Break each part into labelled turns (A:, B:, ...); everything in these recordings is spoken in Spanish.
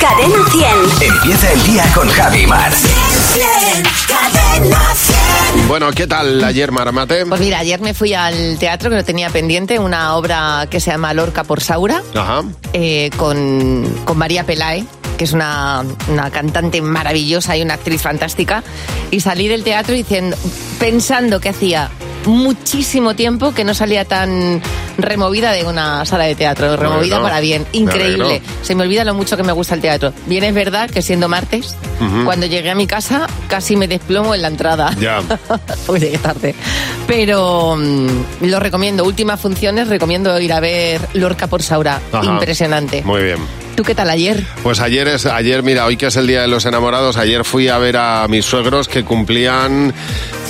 A: Cadena 100.
B: Empieza el día con Javi Mar.
A: Cadena 100.
C: Bueno, ¿qué tal ayer, Maramate?
D: Pues mira, ayer me fui al teatro que lo tenía pendiente, una obra que se llama Lorca por Saura,
C: Ajá.
D: eh, con, con María Pelae, que es una, una cantante maravillosa y una actriz fantástica. Y salí del teatro diciendo, pensando que hacía muchísimo tiempo que no salía tan removida de una sala de teatro, removida
C: Bueno,
D: para bien,
C: me
D: increíble.
C: alegro.
D: Se me olvida lo mucho que me gusta el teatro. Bien es verdad que siendo martes, cuando llegué a mi casa casi me desplomo en la entrada.
C: Ya.
D: Porque llegué tarde. Pero mm, lo recomiendo. Últimas funciones, recomiendo ir a ver Lorca por Saura.
C: Ajá.
D: Impresionante.
C: Muy bien.
D: ¿Tú qué tal ayer?
C: Pues ayer es, ayer, mira, hoy que es el Día de los Enamorados, ayer fui a ver a mis suegros que cumplían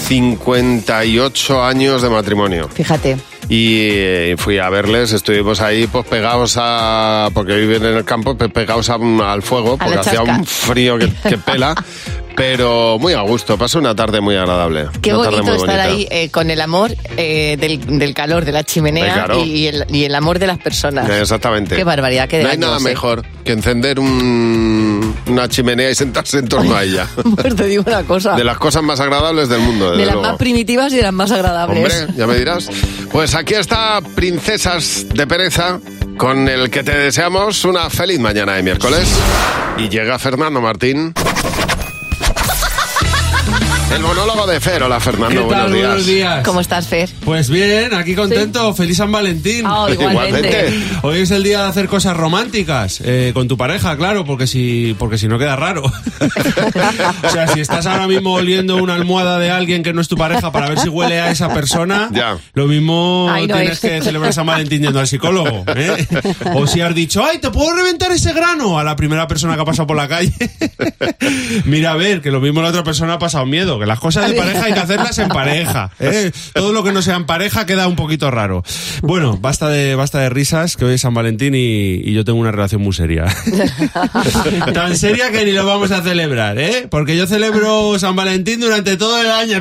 C: 58 años de matrimonio.
D: Fíjate.
C: Y eh, fui a verles, estuvimos ahí pues pegados a, porque viven en el campo, pe- pegados a un- al fuego,
D: A
C: porque
D: la
C: hacía
D: charca.
C: un frío que, que pela, pero muy a gusto, pasó una tarde muy agradable.
D: Qué
C: una tarde
D: bonito
C: muy
D: estar
C: bonita.
D: ahí eh, con el amor eh, del, del calor, de la
C: Eh,
D: chimenea
C: claro.
D: y, el, y el amor de las personas.
C: Eh, Exactamente.
D: Qué barbaridad, qué de
C: No hay
D: años,
C: nada
D: eh.
C: mejor que encender un- una chimenea y sentarse en torno a ella.
D: Pues te digo una cosa.
C: De las cosas más agradables del mundo,
D: De
C: desde
D: las
C: luego.
D: más primitivas y de las más agradables.
C: Hombre, ya me dirás. Pues aquí está Princesas de Pereza, con el que te deseamos una feliz mañana de miércoles. Y llega Fernando Martín. El monólogo de Fer. Hola,
E: ¿Qué
C: Fernando,
E: tal?
C: buenos días.
E: Buenos días.
D: ¿Cómo estás, Fer?
E: Pues bien, aquí contento. Feliz San Valentín.
D: Ah, igualmente.
C: Igualmente.
E: Hoy es el día de hacer cosas románticas eh, con tu pareja, claro, porque si, porque si no queda raro. o sea, si estás ahora mismo oliendo una almohada de alguien que no es tu pareja para ver si huele a esa persona,
C: Ya.
E: lo mismo
D: Ay, no
E: tienes
D: es.
E: que celebrar San Valentín yendo al psicólogo. ¿eh? O si has dicho, ay, te puedo reventar ese grano a la primera persona que ha pasado por la calle. Mira, a ver, que lo mismo la otra persona ha pasado miedo, que las cosas de pareja hay que hacerlas en pareja. ¿eh? Todo lo que no sea en pareja queda un poquito raro. Bueno, basta de, basta de risas, que hoy es San Valentín y, y yo tengo una relación muy seria. Tan seria que ni lo vamos a celebrar, ¿eh? Porque yo celebro San Valentín durante todo el año.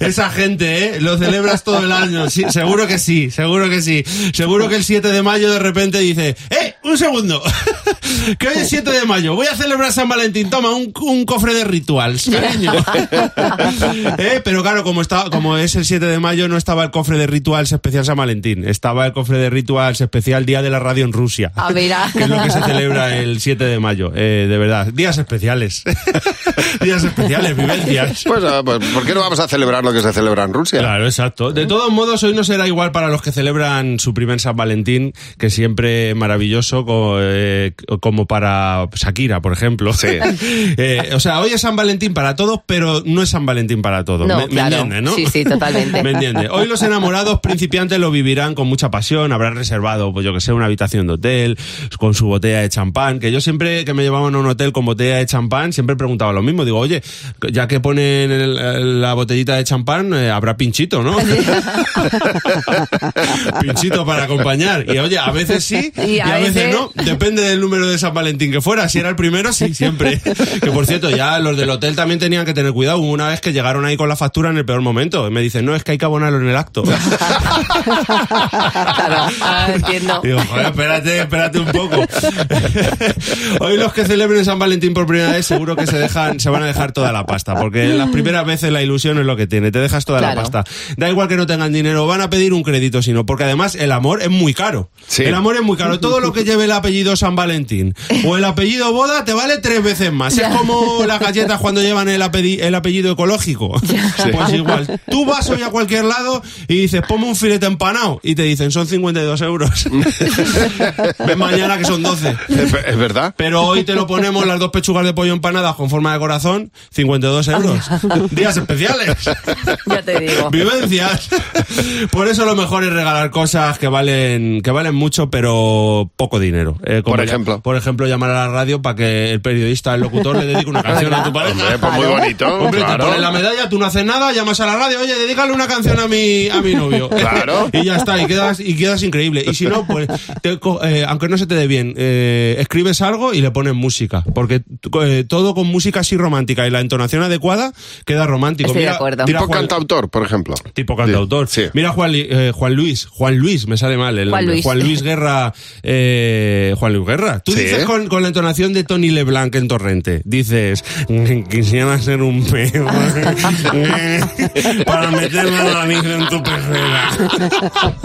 E: Esa gente, ¿eh? Lo celebras todo el año. Sí, seguro que sí, seguro que sí. Seguro que el 7 de mayo de repente dice, ¡eh! Un segundo. que hoy es 7 de mayo. Voy a celebrar San Valentín. Toma, un, un cofre de rituals, cariño. ¿Eh? Pero claro, como, está, como es el 7 de mayo, no estaba el cofre de rituals especial San Valentín. Estaba el cofre de rituals especial Día de la Radio en Rusia.
D: Ah, mira.
E: Que es lo que se celebra el 7 de mayo. Eh, de verdad, días especiales. días especiales, vivencias.
C: Pues, ah, pues, ¿por qué no vamos a celebrar lo que se celebra en Rusia?
E: Claro, exacto. De todos modos, hoy no será igual para los que celebran su primer San Valentín, que siempre es maravilloso, co- eh, como para Shakira, por ejemplo.
C: Sí.
E: Eh, o sea, hoy es San Valentín para todos, pero no es San Valentín para todos.
D: No,
E: me, me
D: claro.
E: entiende, ¿no?
D: Sí, sí, totalmente.
E: Me entiende. Hoy los enamorados principiantes lo vivirán con mucha pasión, habrán reservado, pues yo que sé, una habitación de hotel, con su botella de champán, que yo siempre que me llevaban a un hotel con botella de champán, siempre preguntaba lo mismo, digo, oye, ya que ponen el- la botellita de champán, eh, habrá pinchito, ¿no? pinchito para acompañar. Y oye, a veces sí
D: Y
E: y
D: a
E: a, veces
D: veces-
E: no. Depende del número de San Valentín que fuera. Si era el primero, sí, siempre. Que por cierto, ya los del hotel también tenían que tener cuidado. Hubo una vez que llegaron ahí con la factura en el peor momento. Y me dicen, no, es que hay que abonarlo en el acto.
D: Claro, ah, entiendo.
E: Digo, joder, espérate, espérate un poco. Hoy los que celebren San Valentín por primera vez seguro que se dejan, se van a dejar toda la pasta, porque las primeras veces la ilusión es lo que tiene, te dejas toda la
D: Claro.
E: pasta. Da igual que no tengan dinero, van a pedir un crédito, sino porque además el amor es muy caro.
C: Sí.
E: El amor es muy caro. Todo lo que lleve el apellido San Valentín o el apellido Boda te vale tres veces más. Es como las galletas cuando llevan el, apelli- el apellido ecológico. Pues igual, tú vas hoy a cualquier lado y dices, ponme un filete empanado y te dicen, son 52 euros. Ves mañana que son 12.
C: Es, ver- es verdad.
E: Pero hoy te lo ponemos las dos pechugas de pollo empanadas con forma de corazón, 52 euros. Días especiales.
D: Ya te digo.
E: Vivencias. Por eso lo mejor es regalar cosas que valen, que valen mucho, pero poco dinero. Eh, como
C: Por
E: ya-
C: ejemplo.
E: por ejemplo, llamar a la radio para que el periodista, el locutor, le dedique una canción a tu pareja.
C: Hombre, pues muy
D: Claro.
C: bonito.
E: Hombre,
C: claro.
E: te pones la medalla, tú no haces nada, llamas a la radio, oye, dedícale una canción a mi, a mi novio.
C: Claro.
E: y ya está, y quedas, y quedas increíble. Y si no, pues, te co- eh, aunque no se te dé bien, eh, escribes algo y le pones música. Porque eh, todo con música así romántica y la entonación adecuada, queda romántico.
D: Estoy de
E: mira,
D: acuerdo.
E: mira
C: Tipo
E: Juan-
C: cantautor, por ejemplo.
E: Tipo cantautor.
C: Sí.
E: Mira Juan, Li- eh, Juan Luis, Juan Luis, me sale mal el
D: Juan
E: nombre.
D: Luis.
E: Juan Luis Guerra, eh, Juan Luis Guerra. Tú
C: Sí.
E: dices con, con la entonación de Tony Leblanc en Torrente, dices, "Mm, quisiera ser un peo
D: Ah.
E: eh, para meterme la nariz en tu pecera.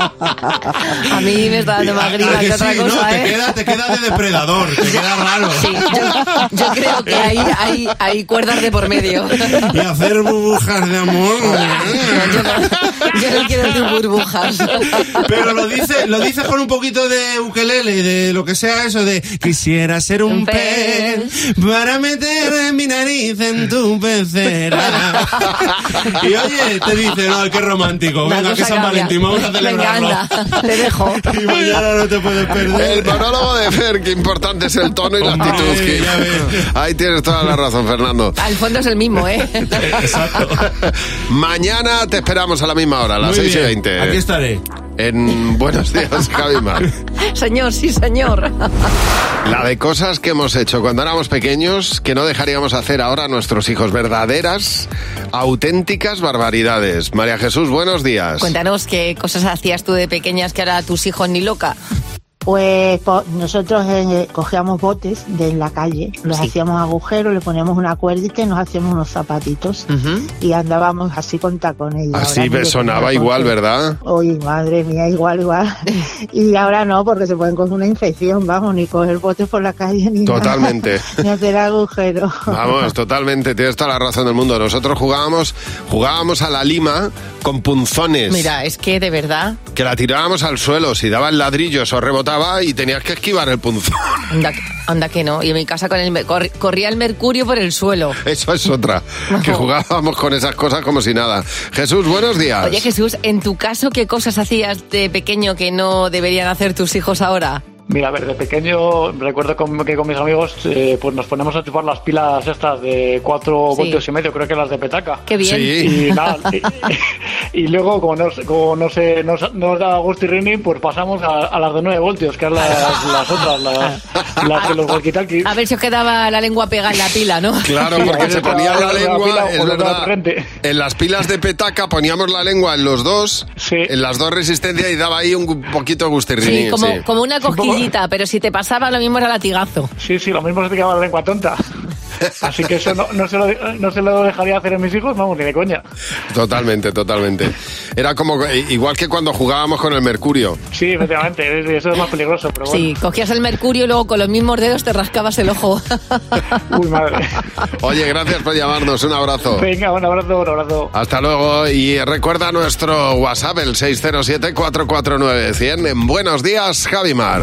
D: A mí me está dando más grima
E: ¿A que
D: que otra
E: sí,
D: cosa,
E: no?
D: ¿eh?
E: Te queda, te queda de depredador, te queda raro.
D: Sí, yo, yo creo que ahí hay, hay cuerdas de por medio.
E: Y hacer burbujas de amor. ¿eh?
D: Yo no, yo no quiero tus burbujas.
E: Pero lo dice, lo dice con un poquito de ukelele, de lo que sea eso de quisiera ser un,
D: Un
E: pez para meter mi nariz en tu pecera. y oye, te dice, no, qué romántico.
D: La
E: Venga,
D: cosa
E: que San
D: cambia.
E: Valentín, vamos a celebrarlo.
D: Venga, anda, te dejo.
E: Y mañana no te puedes
C: El
E: perder.
C: monólogo de Fer, qué importante es el tono y la
E: Hombre,
C: actitud. que-
E: ya ves.
C: Ahí tienes toda la razón, Fernando.
D: Al fondo es el mismo, ¿eh?
C: Mañana te esperamos a la misma hora, a las
E: Muy
C: 6 y
E: bien,
C: 20.
E: Aquí estaré.
C: En Buenos Días, Javi Mar.
D: Señor, sí, señor.
C: La de cosas que hemos hecho cuando éramos pequeños que no dejaríamos hacer ahora a nuestros hijos. Verdaderas, auténticas barbaridades. María Jesús, buenos días.
D: Cuéntanos qué cosas hacías tú de pequeñas que ahora tus hijos ni loca.
F: Pues po- nosotros eh, cogíamos botes de la calle, los
D: Sí.
F: hacíamos agujeros, le poníamos una cuerdita y nos hacíamos unos zapatitos y andábamos así con tacones. Y
C: Así
F: ahora,
C: me
F: mire,
C: sonaba
F: con
C: igual,
F: tacones.
C: ¿verdad?
F: Oye, madre mía, igual, igual. Y ahora no, porque se pueden coger una infección, vamos, ni coger botes por la calle, ni nada,
C: Totalmente.
F: ni hacer agujeros.
C: Vamos, totalmente, tienes toda la razón del mundo. Nosotros jugábamos, jugábamos a la lima con punzones.
D: Mira, es que de verdad,
C: Que la tirábamos al suelo, si daban ladrillos o rebotaba y tenías que esquivar el punzón.
D: anda, anda que no. Y en mi casa con el, me- corri- corría el mercurio por el suelo.
C: Eso es otra, que jugábamos con esas cosas como si nada. Jesús, buenos días.
D: Oye Jesús, en tu caso, ¿qué cosas hacías de pequeño que no deberían hacer tus hijos ahora?
G: Mira, a ver, de pequeño recuerdo con- que con mis amigos eh, pues nos ponemos a chupar las pilas estas de 4
D: Sí.
G: voltios y medio, creo que las de petaca.
D: Qué bien.
C: Sí.
G: Y nada, y, y luego como no, como no, se, no, se- no nos daba gusto y rini, pues pasamos a, a las de 9 voltios, que eran las, las otras, las, las de los walkie-talkies.
D: A ver si os quedaba la lengua pegada en la pila, ¿no?
C: Claro,
G: Sí,
C: porque
G: ahí
C: se
G: está
C: ponía la
G: la pila
C: lengua,
G: o
C: es
G: con la
C: verdad.
G: frente.
C: En las pilas de petaca poníamos la lengua en los dos,
G: Sí.
C: en las dos resistencias y daba ahí un poquito de
D: Sí,
C: gustirrinín,
D: como,
C: sí.
D: como una cosquillita, pero si te pasaba lo mismo era latigazo.
G: Sí, sí, lo mismo se te quedaba la lengua tonta. Así que eso no, no, se lo, no se lo dejaría hacer a mis hijos, vamos, ni de coña.
C: Totalmente, totalmente. Era como igual que cuando jugábamos con el mercurio.
G: Sí, efectivamente, eso es más peligroso, pero bueno.
D: Sí, cogías el mercurio y luego con los mismos dedos te rascabas el ojo.
G: Uy, madre.
C: Oye, gracias por llamarnos. Un abrazo.
G: Venga, un abrazo, un abrazo.
C: Hasta luego y recuerda nuestro WhatsApp, el 607-449-100 en Buenos Días, Javimar.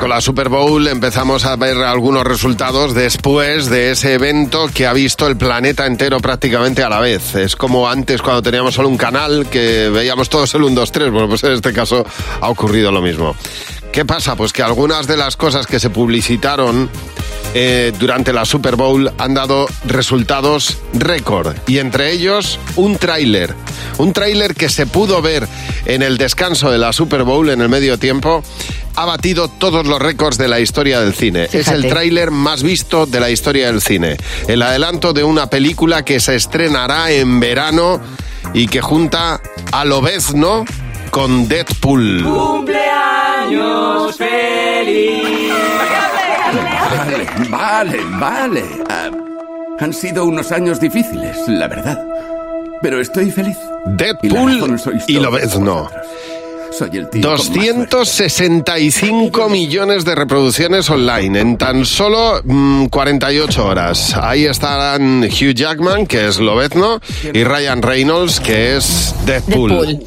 C: Con la Super Bowl empezamos a ver algunos resultados después de ese evento que ha visto el planeta entero prácticamente a la vez. Es como antes cuando teníamos solo un canal que veíamos todos el 1, 2, 3. Bueno, pues en este caso ha ocurrido lo mismo. ¿Qué pasa? Pues que algunas de las cosas que se publicitaron eh, durante la Super Bowl han dado resultados récord y entre ellos un tráiler. Un tráiler que se pudo ver en el descanso de la Super Bowl en el medio tiempo ha batido todos los récords de la historia del cine. Es el
D: Fíjate.
C: tráiler más visto de la historia del cine. El adelanto de una película que se estrenará en verano y que junta a Lobezno con Deadpool.
B: Vale, vale, vale. Ah, han sido unos años difíciles, la verdad. Pero estoy feliz. Y la
C: Deadpool
B: razón sois
C: y
B: todos
C: Lobezno.
B: vosotros. Soy el tío. con más suerte.
C: 265 millones de reproducciones online en tan solo mm, 48 horas. Ahí estarán Hugh Jackman, que es Lobezno, y Ryan Reynolds, que es Deadpool.
D: Deadpool.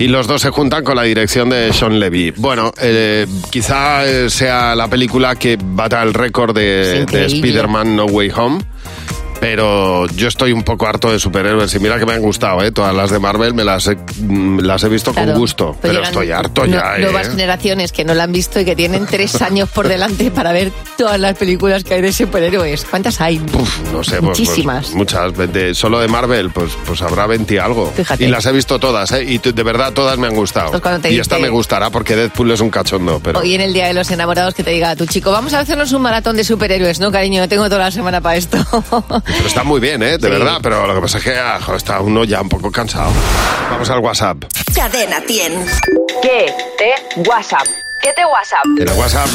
C: Y los dos se juntan con la dirección de Sean Levy. Bueno, eh, quizá eh, sea la película que bata el récord de,
D: Es
C: de
D: increíble.
C: Spider-Man No Way Home. Pero yo estoy un poco harto de superhéroes y mira que me han gustado, ¿eh? Todas las de Marvel me las he, mm, las he visto
D: Claro,
C: con gusto, pero
D: llegan
C: estoy harto
D: nu-
C: ya, ¿eh?
D: Nuevas generaciones que no la han visto y que tienen tres años por delante para ver todas las películas que hay de superhéroes. ¿Cuántas hay?
C: Uf, no sé, pues- pues
D: Muchísimas.
C: muchas. De- solo de Marvel, pues, pues habrá 20 y algo.
D: Fíjate.
C: Y las he visto todas, ¿eh? Y t- de verdad todas me han gustado.
D: Pues cuando te
C: y esta
D: dice-
C: me gustará porque Deadpool es un cachondo, pero...
D: Hoy en el Día de los Enamorados que te diga a tu chico, vamos a hacernos un maratón de superhéroes, ¿no, cariño? Tengo toda la semana para esto.
C: Pero está muy bien, ¿eh? De verdad, pero lo que pasa es que ah, joder, está uno ya un poco cansado. Vamos al WhatsApp.
A: Cadena 100. ¿Qué te WhatsApp? ¿Qué te WhatsApp?
C: En el WhatsApp,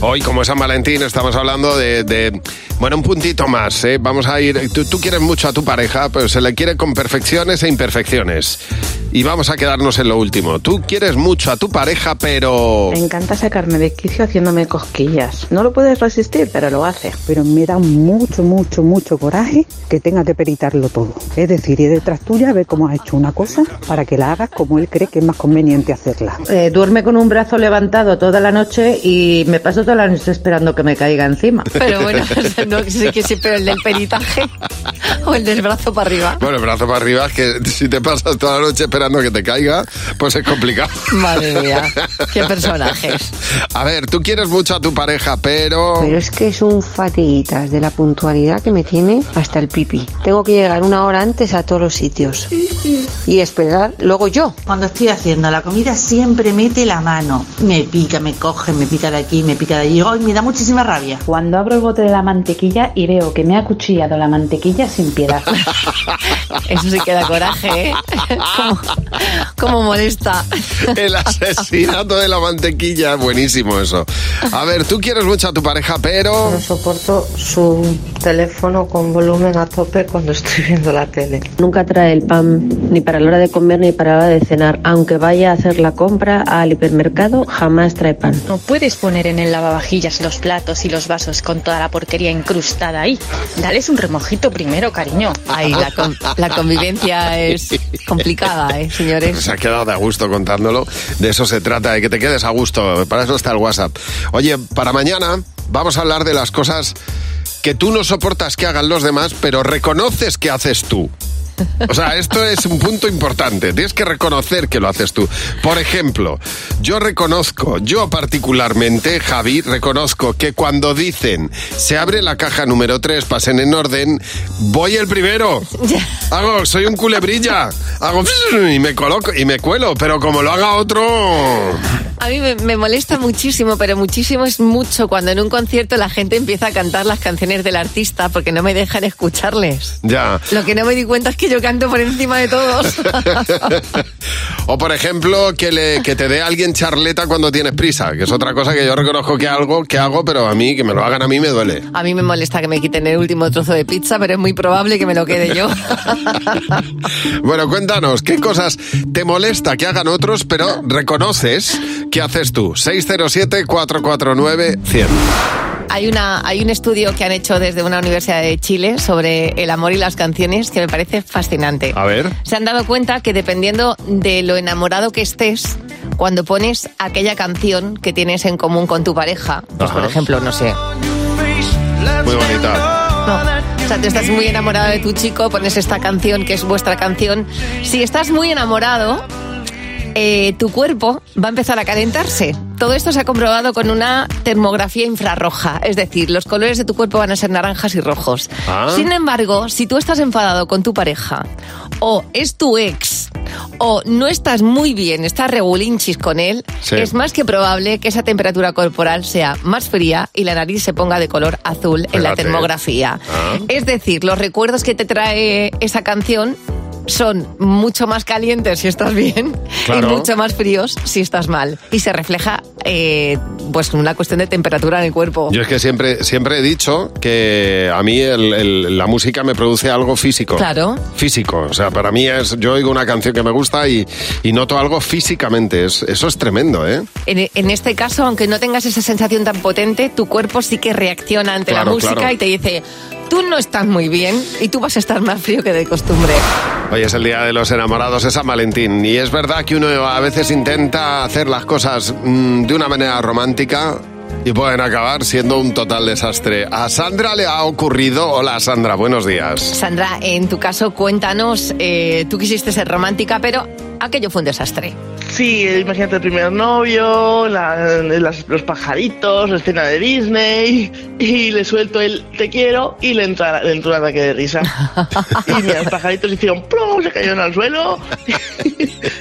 C: hoy como es San Valentín, estamos hablando de, de- bueno, un puntito más, ¿eh? Vamos a ir, tú, tú quieres mucho a tu pareja, pero se le quiere con perfecciones e imperfecciones. Y vamos a quedarnos en lo último. Tú quieres mucho a tu pareja, pero...
H: Me encanta sacarme de quicio haciéndome cosquillas. No lo puedes resistir, pero lo hace. Pero me da mucho, mucho, mucho coraje que tenga que peritarlo todo. Es decir, ir detrás tuya a ver cómo has hecho una cosa para que la hagas como él cree que es más conveniente hacerla.
I: Eh, duerme con un brazo levantado toda la noche y me paso toda la noche esperando que me caiga encima.
D: Pero bueno, no sé qué sí, pero el del peritaje o el del brazo para arriba.
C: Bueno, el brazo para arriba, es que si te pasas toda la noche esperando que te caiga, pues es complicado.
D: Madre mía, qué personajes.
C: A ver, tú quieres mucho a tu pareja, pero...
J: Pero es que es un fatiguitas de la puntualidad que me tiene hasta el pipi. Tengo que llegar una hora antes a todos los sitios. Y esperar luego yo.
I: Cuando estoy haciendo la comida siempre mete la mano. Me pica, me coge, me pica de aquí, me pica de allí. Ay, me da muchísima rabia.
K: Cuando abro el bote de la mantequilla y veo que me ha cuchillado la mantequilla sin piedad.
D: Eso sí que da coraje, ¿eh? Como, como molesta.
C: El asesinato de la mantequilla, buenísimo eso. A ver, tú quieres mucho a tu pareja, pero...
J: No soporto su teléfono con volumen a tope cuando estoy viendo la tele. Nunca trae el pan, ni para la hora de comer ni para la hora de cenar. Aunque vaya a hacer la compra al hipermercado, jamás trae pan.
K: No puedes poner en el lavavajillas los platos y los vasos con toda la porquería incrustada ahí. Dales un remojito primero, cariño.
D: Ay, la, con- la convivencia es complicada, ¿eh, señores?
C: Se ha quedado de a gusto contándolo. De eso se trata, de que te quedes a gusto. Para eso está el WhatsApp. Oye, para mañana vamos a hablar de las cosas que tú no soportas que hagan los demás, pero reconoces que haces tú. O sea, esto es un punto importante. Tienes que reconocer que lo haces tú. Por ejemplo, yo reconozco, yo particularmente, Javi, reconozco que cuando dicen se abre la caja número 3, pasen en orden, voy el primero. Hago, soy un culebrilla. Hago y me coloco y me cuelo, pero como lo haga otro.
D: A mí me, me molesta muchísimo, pero muchísimo es mucho cuando en un concierto la gente empieza a cantar las canciones del artista porque no me dejan escucharles.
C: Ya.
D: Lo que no me di cuenta es que yo canto por encima de todos.
C: O por ejemplo, que, le, que te dé alguien charleta cuando tienes prisa, que es otra cosa que yo reconozco que algo que hago, pero a mí, que me lo hagan a mí me duele.
D: A mí me molesta que me quiten el último trozo de pizza, pero es muy probable que me lo quede yo.
C: Bueno, cuéntanos, ¿qué cosas te molesta que hagan otros, pero reconoces que haces tú? 607-449-100.
D: Hay, una, hay un estudio que han hecho desde una universidad de Chile sobre el amor y las canciones que me parece fascinante.
L: Ah.
C: A ver.
D: Se han dado cuenta que dependiendo de lo enamorado que estés, cuando pones aquella canción que tienes en común con tu pareja, pues por ejemplo, no sé.
C: Muy bonita.
D: No. O sea, tú estás muy enamorado de tu chico, pones esta canción que es vuestra canción. Si estás muy enamorado, eh, tu cuerpo va a empezar a calentarse. Todo esto se ha comprobado con una termografía infrarroja, es decir, los colores de tu cuerpo van a ser naranjas y rojos.
M: Ah.
D: Sin embargo, si tú estás enfadado con tu pareja, o es tu ex, o no estás muy bien, estás regulinchis con él,
M: Sí.
D: es más que probable que esa temperatura corporal sea más fría y la nariz se ponga de color azul en la
M: Fíjate.
D: termografía.
M: Ah.
D: Es decir, los recuerdos que te trae esa canción son mucho más calientes si estás bien
M: Claro.
D: y mucho más fríos si estás mal. Y se refleja eh, pues con una cuestión de temperatura en el cuerpo.
C: Yo es que siempre, siempre he dicho que a mí el- el- la música me produce algo físico.
D: Claro.
C: Físico. O sea, para mí es. Yo oigo una canción que me gusta y, y noto algo físicamente. Es- eso es tremendo, ¿eh?
D: En, en este caso, aunque no tengas esa sensación tan potente, tu cuerpo sí que reacciona ante la
C: Claro,
D: música
C: claro.
D: y te dice, tú no estás muy bien y tú vas a estar más frío que de costumbre.
C: Hoy es el Día de los Enamorados de San Valentín y es verdad que uno a veces intenta hacer las cosas mm, de una manera romántica y pueden acabar siendo un total desastre. A Sandra le ha ocurrido... Hola Sandra, buenos días.
D: Sandra, en tu caso, cuéntanos, eh, tú quisiste ser romántica, pero aquello fue un desastre.
M: Sí, imagínate el primer novio, la- las- los pajaritos, la escena de Disney, y le suelto el te quiero y le entra, le entra un ataque de risa. Y mira, los pajaritos hicieron ¡plum! se cayeron al suelo,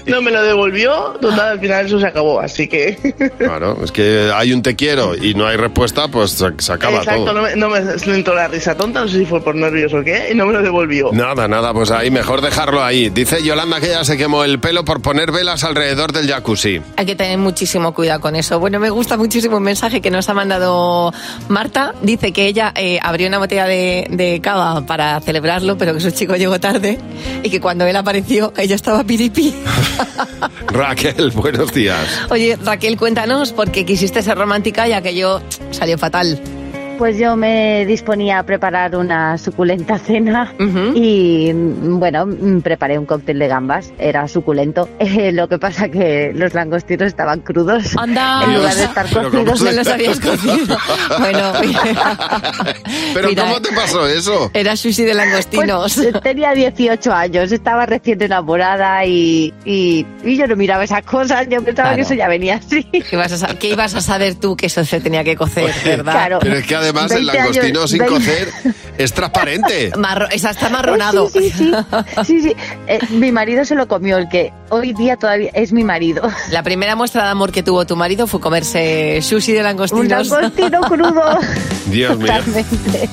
M: no me lo devolvió, total, al final eso se acabó, así que...
C: Claro, es que hay un te quiero y no hay respuesta, pues se, se acaba
M: Exacto,
C: todo.
M: no me, no me le entró la risa tonta, no sé si fue por nervios o qué, y no me lo devolvió.
C: Nada, nada, pues ahí mejor dejarlo ahí. Dice Yolanda que ella se quemó el pelo por poner velas alrededor del jacuzzi.
D: Hay que tener muchísimo cuidado con eso. Bueno, me gusta muchísimo un mensaje que nos ha mandado Marta. Dice que ella eh, abrió una botella de, de cava para celebrarlo, pero que su chico llegó tarde y que cuando él apareció, ella estaba piripi.
C: Raquel, buenos días.
D: Oye, Raquel, cuéntanos, porque quisiste ser romántica y aquello salió fatal.
N: Pues yo me disponía a preparar una suculenta cena y mm, bueno, mm, preparé un cóctel de gambas, era suculento. Eh, lo que pasa que los langostinos estaban crudos.
D: Anda.
N: En lugar de estar
C: Pero ¿cómo
N: cocidos,
C: se-
N: me los habías cocido.
D: Bueno,
C: Pero
N: Mira,
C: ¿cómo te pasó eso?
D: Era sushi de langostinos.
N: Pues, tenía 18 años, estaba recién enamorada y, y- y yo no miraba esas cosas, yo pensaba
D: Claro.
N: que eso ya venía así.
D: ¿Qué ibas, a, sa- qué ibas a saber tú que eso se tenía que cocer, verdad?
N: Claro.
C: Pero es que además el
N: 20 años,
C: langostino sin
N: 20.
C: cocer es transparente.
D: Marro- esa está marronado.
N: Sí, sí, sí. Sí, sí. Eh, mi marido se lo comió, el que hoy día todavía es mi marido.
D: La primera muestra de amor que tuvo tu marido fue comerse sushi de langostinos.
N: Un langostino crudo.
C: Dios mío.
N: Totalmente.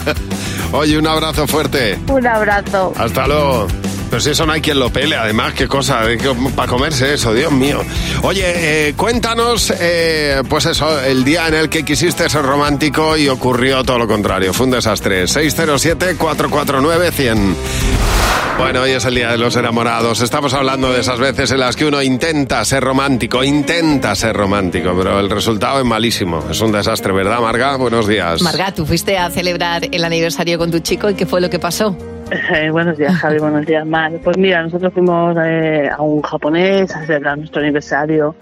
C: Oye, un abrazo fuerte.
N: Un abrazo.
C: Hasta luego. Pero si eso no hay quien lo pele, además, qué cosa, eh, que- para comerse eso, Dios mío. Oye, eh, cuéntanos, eh, pues eso, el día en el que quisiste ser romántico y ocurrió todo lo contrario, fue un desastre. 607-449-100. Bueno, hoy es el Día de los Enamorados. Estamos hablando de esas veces en las que uno intenta ser romántico, intenta ser romántico, pero el resultado es malísimo. Es un desastre, ¿verdad, Marga? Buenos días.
D: Marga, tú fuiste a celebrar el aniversario con tu chico y qué fue lo que pasó.
O: Eh, buenos días, Javi. Buenos días, Mar. Pues mira, nosotros fuimos eh, a un japonés a celebrar nuestro aniversario.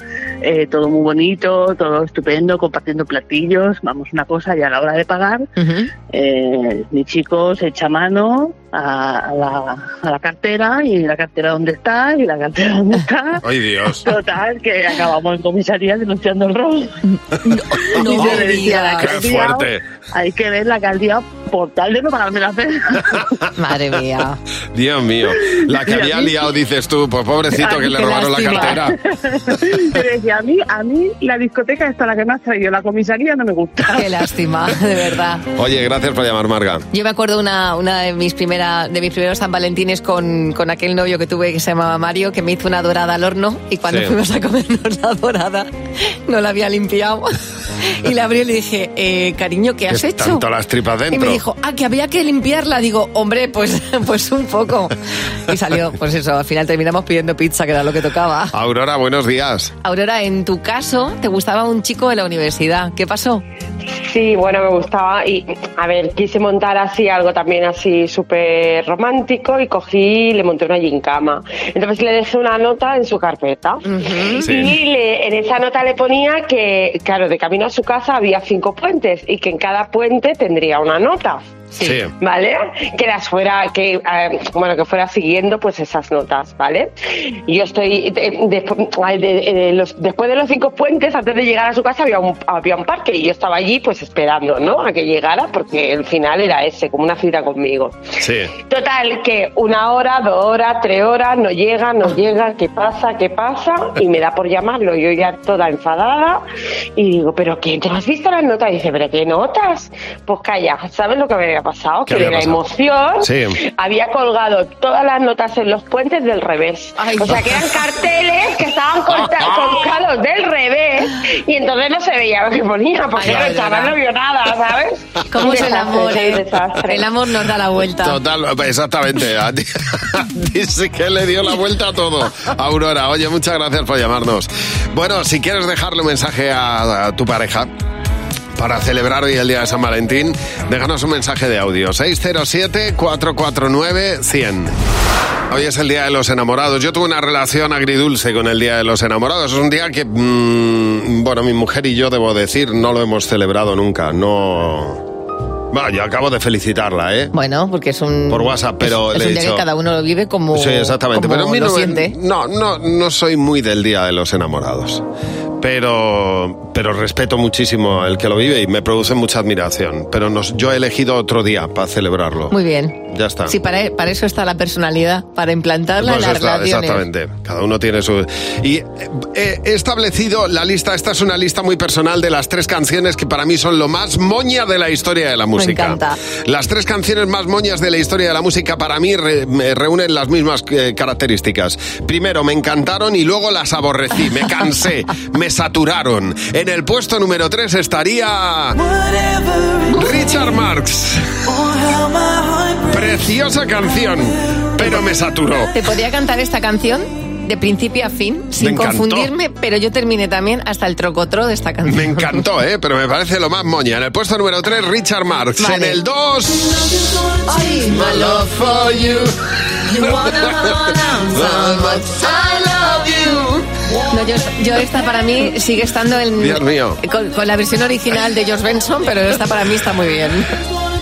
O: Eh, todo muy bonito, todo estupendo, compartiendo platillos. Vamos, una cosa, y a la hora de pagar, eh, mi chico se echa mano a, a la, a la cartera y la cartera dónde está y la cartera dónde está.
C: Ay, Dios.
O: Total, que acabamos en comisaría denunciando el robo.
D: No,
O: Y yo
D: me
O: le decía,
D: digas.
O: "La que has
D: Qué
O: liado,
D: fuerte.
O: Hay que ver la que has liado por tal de no pagarme la cena.
D: Madre mía.
C: Dios mío, la que había liado, dices tú, pues pobrecito que le robaron la cartera.
O: Te decía, a mí, a mí la discoteca está la que me has traído, la comisaría no me gusta.
D: Qué lástima, de verdad.
C: Oye, gracias por llamar, Marga.
D: Yo me acuerdo una, una de mis primera, de mis primeros San Valentines con, con aquel novio que tuve que se llamaba Mario, que me hizo una dorada al horno y cuando
P: Sí.
D: fuimos a comernos la dorada no la había limpiado. Y la abrí y le dije, eh, cariño, ¿qué has
C: Que
D: hecho?
C: Tanto las tripas dentro.
D: Y me dijo, ah, que había que limpiarla. Digo, hombre, pues, pues un poco. Y salió, pues eso, al final terminamos pidiendo pizza, que era lo que tocaba.
C: Aurora, buenos días.
D: Aurora, en tu caso, te gustaba un chico de la universidad. ¿Qué pasó?
P: Sí, bueno, me gustaba y a ver, quise montar así algo también así súper romántico y cogí y le monté una gincama. Entonces le dejé una nota en su carpeta
Q: Sí.
P: y le- en esa nota le ponía que, claro, de camino a su casa había cinco puentes y que en cada puente tendría una nota.
C: Sí.
P: ¿Vale? Que las fuera, que eh, bueno, que fuera siguiendo pues esas notas, ¿vale? Yo estoy eh, despu- ay, de- eh, los- después de los cinco puentes, antes de llegar a su casa había un, había un parque y yo estaba allí pues esperando, ¿no? A que llegara porque el final era ese, como una cita conmigo.
C: Sí.
P: Total, que una hora, dos horas, tres horas, no llega, no llega, ¿qué pasa, qué pasa? Y me da por llamarlo, yo ya toda enfadada, y digo, ¿pero qué? ¿Te has visto las notas? Y dice, ¿pero qué notas? Pues calla, ¿sabes lo que me había pasado?
C: ¿Qué
P: Que de
C: había
P: la
C: pasado?
P: emoción
C: Sí.
P: había colgado todas las notas en los puentes del revés. o sea, que eran carteles que estaban corta- colgados del revés, y entonces no se veía lo que ponía, porque
D: Ay,
P: el chaval
D: Lola.
P: no vio nada, ¿sabes?
D: ¿Cómo
P: Un
D: es el
P: desastre,
D: amor?
P: sí, un
D: eh?
P: desastre.
D: El amor nos da la vuelta.
C: Total, exactamente. A ti, a ti sí que le dio la vuelta a todo. Aurora, oye, muchas gracias por llamarnos. Bueno, si quieres dejarle un mensaje a, a tu pareja. Para celebrar hoy el día de San Valentín, déjanos un mensaje de audio. 607-449-100. Hoy es el Día de los Enamorados. Yo tuve una relación agridulce con el Día de los Enamorados. Es un día que, mm, bueno, mi mujer y yo, debo decir, no lo hemos celebrado nunca. No, Bueno, yo acabo de felicitarla, ¿eh?
D: Bueno, porque es un...
C: Por WhatsApp, pero
D: es
C: le he
D: un día
C: dicho-
D: que cada uno lo vive como,
C: Sí, exactamente.
D: Pues
C: Pero
D: como
C: a mí
D: lo
C: no,
D: siente.
C: no, no, no soy muy del día de los enamorados. Pero, pero respeto muchísimo el que lo vive y me produce mucha admiración. Pero nos, yo he elegido otro día para celebrarlo.
D: Muy bien.
C: Ya está.
D: Sí, para, para eso está la personalidad, para implantarla
C: Pues
D: en las
C: está-
D: relaciones.
C: exactamente. Cada uno tiene su. Y eh, eh, he establecido la lista. Esta es una lista muy personal de las tres canciones que para mí son lo más moña de la historia de la música.
Q: encanta.
C: Las tres canciones más moñas de la historia de la música para mí re- me reúnen las mismas eh, características. Primero, me encantaron y luego las aborrecí. Me cansé, me saturaron. En el puesto número 3 estaría. Richard Marx. Preciosa canción, pero me saturó.
D: Te podía cantar esta canción de principio a fin, sin
C: encantó.
D: confundirme, pero yo terminé también hasta el trocotro de esta canción.
C: Me encantó, ¿eh? Pero me parece lo más moña. En el puesto número 3, Richard Marx. En el 2...
Q: Ay, my love for you. You wanna, wanna, wanna, I love you.
D: No, yo, yo esta para mí sigue estando en,
C: Dios mío.
D: Con, con la versión original de George Benson, pero esta para mí está muy bien.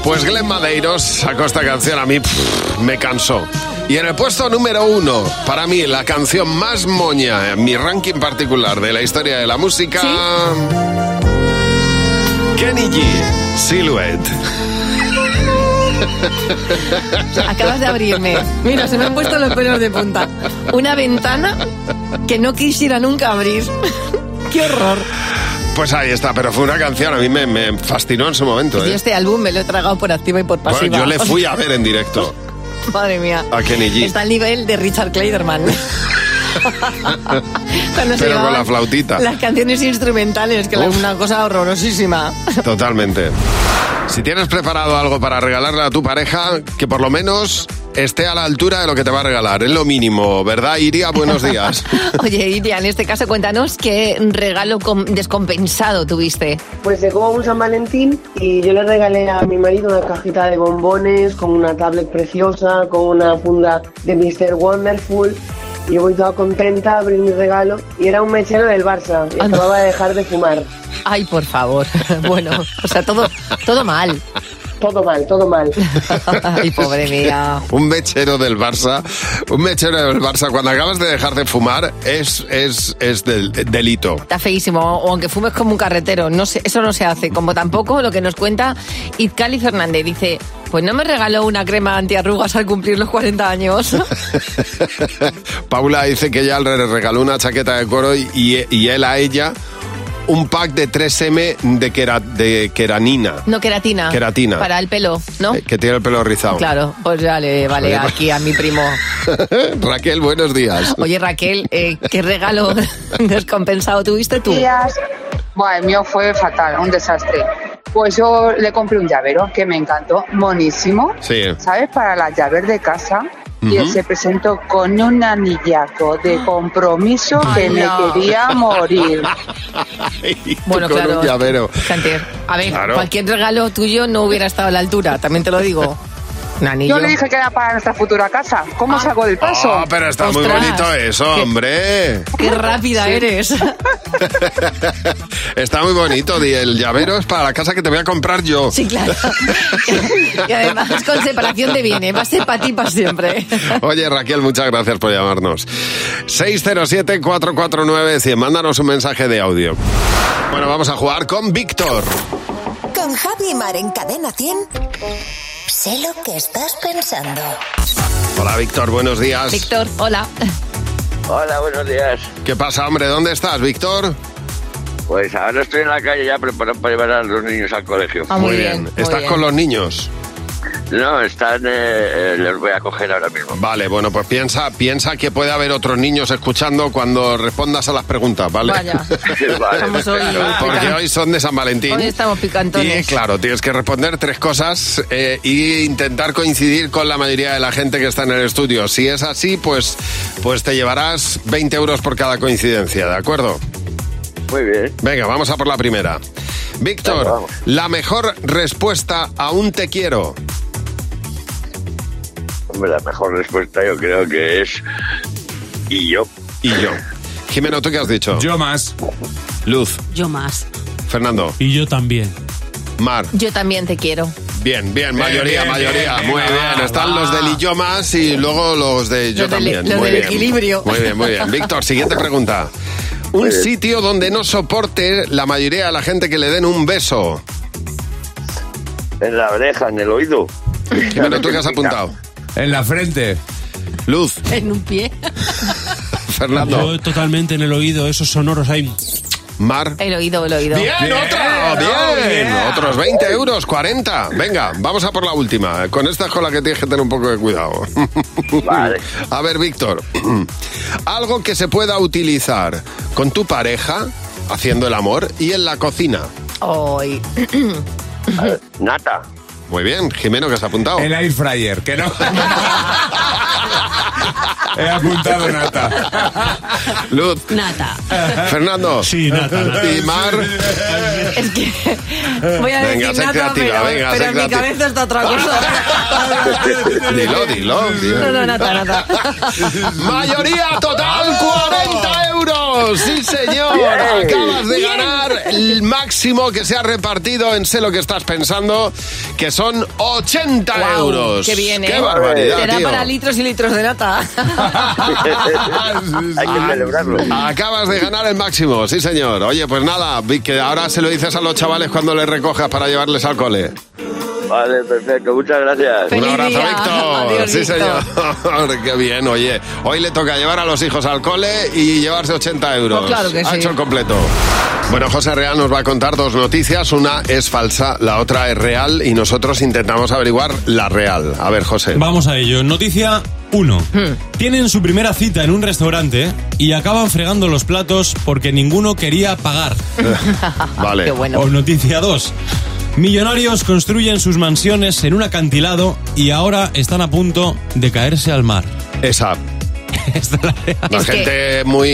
C: Pues Glenn Madeiros sacó esta canción a mí, pff, me cansó. Y en el puesto número uno, para mí, la canción más moña en mi ranking particular de la historia de la música... Kenny G, Silhouette.
D: Acabas de abrirme. Mira, se me han puesto los pelos de punta. Una ventana que no quisiera nunca abrir. ¡Qué horror!
C: Pues ahí está, pero fue una canción, a mí me, me fascinó en su momento.
D: Yo
C: ¿eh?
D: este álbum me lo he tragado por activa y por
C: Bueno,
D: pasiva.
C: yo le fui a ver en directo
D: Madre mía.
C: a Kenny G.
D: Está al nivel de Richard Clayderman. Cuando se
C: Pero con
D: llevaban
C: la flautita.
D: Las canciones instrumentales, que era
C: Uf.
D: una cosa horrorosísima.
C: Totalmente. Si tienes preparado algo para regalarle a tu pareja, que por lo menos esté a la altura de lo que te va a regalar. Es lo mínimo, ¿verdad, Iria? Buenos días.
D: Oye, Iria, en este caso cuéntanos qué regalo com- descompensado tuviste.
R: Pues llegó un San Valentín y yo le regalé a mi marido una cajita de bombones con una tablet preciosa, con una funda de Mr. Wonderful. Yo voy toda contenta, abrí mi regalo y era un mechero del Barça y acababa de dejar de fumar.
D: Ay, por favor. Bueno, o sea, todo, todo mal.
R: Todo mal, todo mal.
D: Ay, pobre mía.
C: Un mechero del Barça, un mechero del Barça, cuando acabas de dejar de fumar, es, es, es del- delito.
D: Está feísimo, o aunque fumes como un carretero, no se- eso no se hace. Como tampoco lo que nos cuenta Izcali Fernández, dice, pues no me regaló una crema antiarrugas al cumplir los 40 años.
C: Paula dice que ella le regaló una chaqueta de cuero y, y- y él a ella un pack de 3M de, quera- de keranina,
D: No, queratina.
C: Queratina.
D: Para el pelo, ¿no?
C: que tiene el pelo rizado.
D: Claro, pues vale, vale,
C: Joder.
D: aquí a mi primo.
C: Raquel, buenos días.
D: Oye, Raquel, eh, ¿qué regalo descompensado tuviste tú?
S: Bueno, el mío fue fatal, un desastre. Pues yo le compré un llavero que me encantó, monísimo.
C: Sí.
S: ¿Sabes? Para las llaves de casa. Y él
C: Ujú.
S: se presentó con un anillaco de compromiso que
D: Ay, no.
S: me quería morir.
D: Bueno,
C: Con
D: claro.
C: un llavero.
D: Cantier. A ver,
C: Claro.
D: cualquier regalo tuyo no hubiera estado a la altura, también te lo digo. Un anillo.
S: Yo le dije que era para nuestra futura casa.
D: Ah,
S: ¿Cómo salgo del paso?
C: Oh, pero está muy
S: Ostras.
C: bonito eso, hombre.
D: Qué rápida ¿eh? eres.
C: Está muy bonito. di, El llavero es para la casa que te voy a comprar yo.
D: Sí, claro. y además con separación de bienes, va a ser para ti para siempre.
C: Oye, Raquel, muchas gracias por llamarnos. 607-449-100. Mándanos un mensaje de audio. Bueno, vamos a jugar con Víctor.
L: Con Javi y Mar en Cadena 100. Sé lo que estás pensando.
C: Hola, Víctor, buenos días.
D: Víctor, hola.
Q: Hola, buenos días.
C: ¿Qué pasa, hombre? ¿Dónde estás, Víctor?
Q: Pues ahora estoy en la calle ya preparado para llevar a los niños al colegio.
D: Ah,
C: ¿Estás con los niños?
Q: No, están. eh, eh, les voy a coger ahora mismo.
C: Vale, bueno, pues piensa, piensa que puede haber otros niños escuchando cuando respondas a las preguntas, ¿vale?
D: Vaya. Estamos hoy-
C: Porque hoy son de San Valentín.
D: Hoy estamos
C: Y
D: picantones.
C: claro, tienes que responder tres cosas eh, e intentar coincidir con la mayoría de la gente que está en el estudio. Si es así, pues, pues te llevarás 20 euros por cada coincidencia, ¿de acuerdo?
Q: Muy bien.
C: Venga, vamos a por la primera. Víctor, la mejor respuesta a un te quiero.
Q: Hombre, la mejor respuesta yo creo que es. Y yo.
C: Y yo. Jimeno, ¿tú qué has dicho? Yo más. Luz.
D: Yo más.
C: Fernando.
E: Y yo también.
C: Mar.
D: Yo también te quiero.
C: Bien, bien, mayoría,
E: bien,
C: mayoría.
E: bien,
C: Muy
E: venga,
C: bien.
E: va,
C: Están
E: va.
C: los del idiomas y luego los de yo
E: Los del-
C: también.
E: los
C: Muy
E: del
C: bien.
E: equilibrio.
C: Muy bien, muy bien. Víctor, siguiente pregunta. Un sitio donde no soporte la mayoría de la gente que le den un beso.
T: En la oreja, en el oído.
C: Bueno, ¿tú qué has apuntado?
E: En la frente.
C: Luz.
D: En un pie.
C: Fernando.
U: Yo totalmente en el oído, esos sonoros ahí.
C: Mar.
D: El oído, el oído.
C: Bien, otra, bien. Otros 20 euros, 40. Venga, vamos a por la última. Con esta es con la que tienes que tener un poco de cuidado. A ver, Víctor. Algo que se pueda utilizar con tu pareja, haciendo el amor, y en la cocina.
D: Hoy.
C: Nata. Muy bien, Jimeno, que has apuntado. El air fryer, que no.
E: He apuntado nata.
C: Luz.
D: Nata.
C: Fernando. Sí,
E: nata, nata.
C: Y Mar.
D: Es que voy a
C: Venga,
D: decir
C: sé
D: nata,
C: creativa,
D: pero,
C: venga, sé
D: pero en mi
C: creativa.
D: cabeza está otra cosa.
C: Dilo, dilo. dilo.
D: No, no, nata, nata.
C: Mayoría total, 40 euros. Sí, señor.
L: Bien.
C: Acabas de
L: Bien.
C: ganar el máximo que se ha repartido en Sé lo que estás pensando, que son 80
D: Guau,
C: euros.
D: Qué bien, ¿eh?
C: Qué barbaridad,
D: Te da
C: tío.
D: para litros y litros de nata.
T: Hay que celebrarlo.
C: Ah. Acabas de ganar el máximo, sí señor. Oye, pues nada, vi que ahora se lo dices a los chavales cuando les recojas para llevarles al cole.
T: Vale, perfecto. Muchas gracias.
C: Un abrazo, Víctor. sí,
T: Víctor.
C: señor. Qué bien, oye. Hoy le toca llevar a los hijos al cole y llevarse 80 euros.
E: Pues claro que
C: ha
E: sí.
C: hecho el completo. Bueno, José Real nos va a contar dos noticias. Una es falsa, la otra es real y nosotros intentamos averiguar la real. A ver, José.
U: Vamos a ello. Noticia 1. Tienen su primera cita en un restaurante y acaban fregando los platos porque ninguno quería pagar.
C: Ah, Vale.
U: O noticia 2. Millonarios construyen sus mansiones en un acantilado y ahora están a punto de caerse al mar.
C: Esa.
U: Esta es la real.
C: La
D: Es que-
C: gente muy,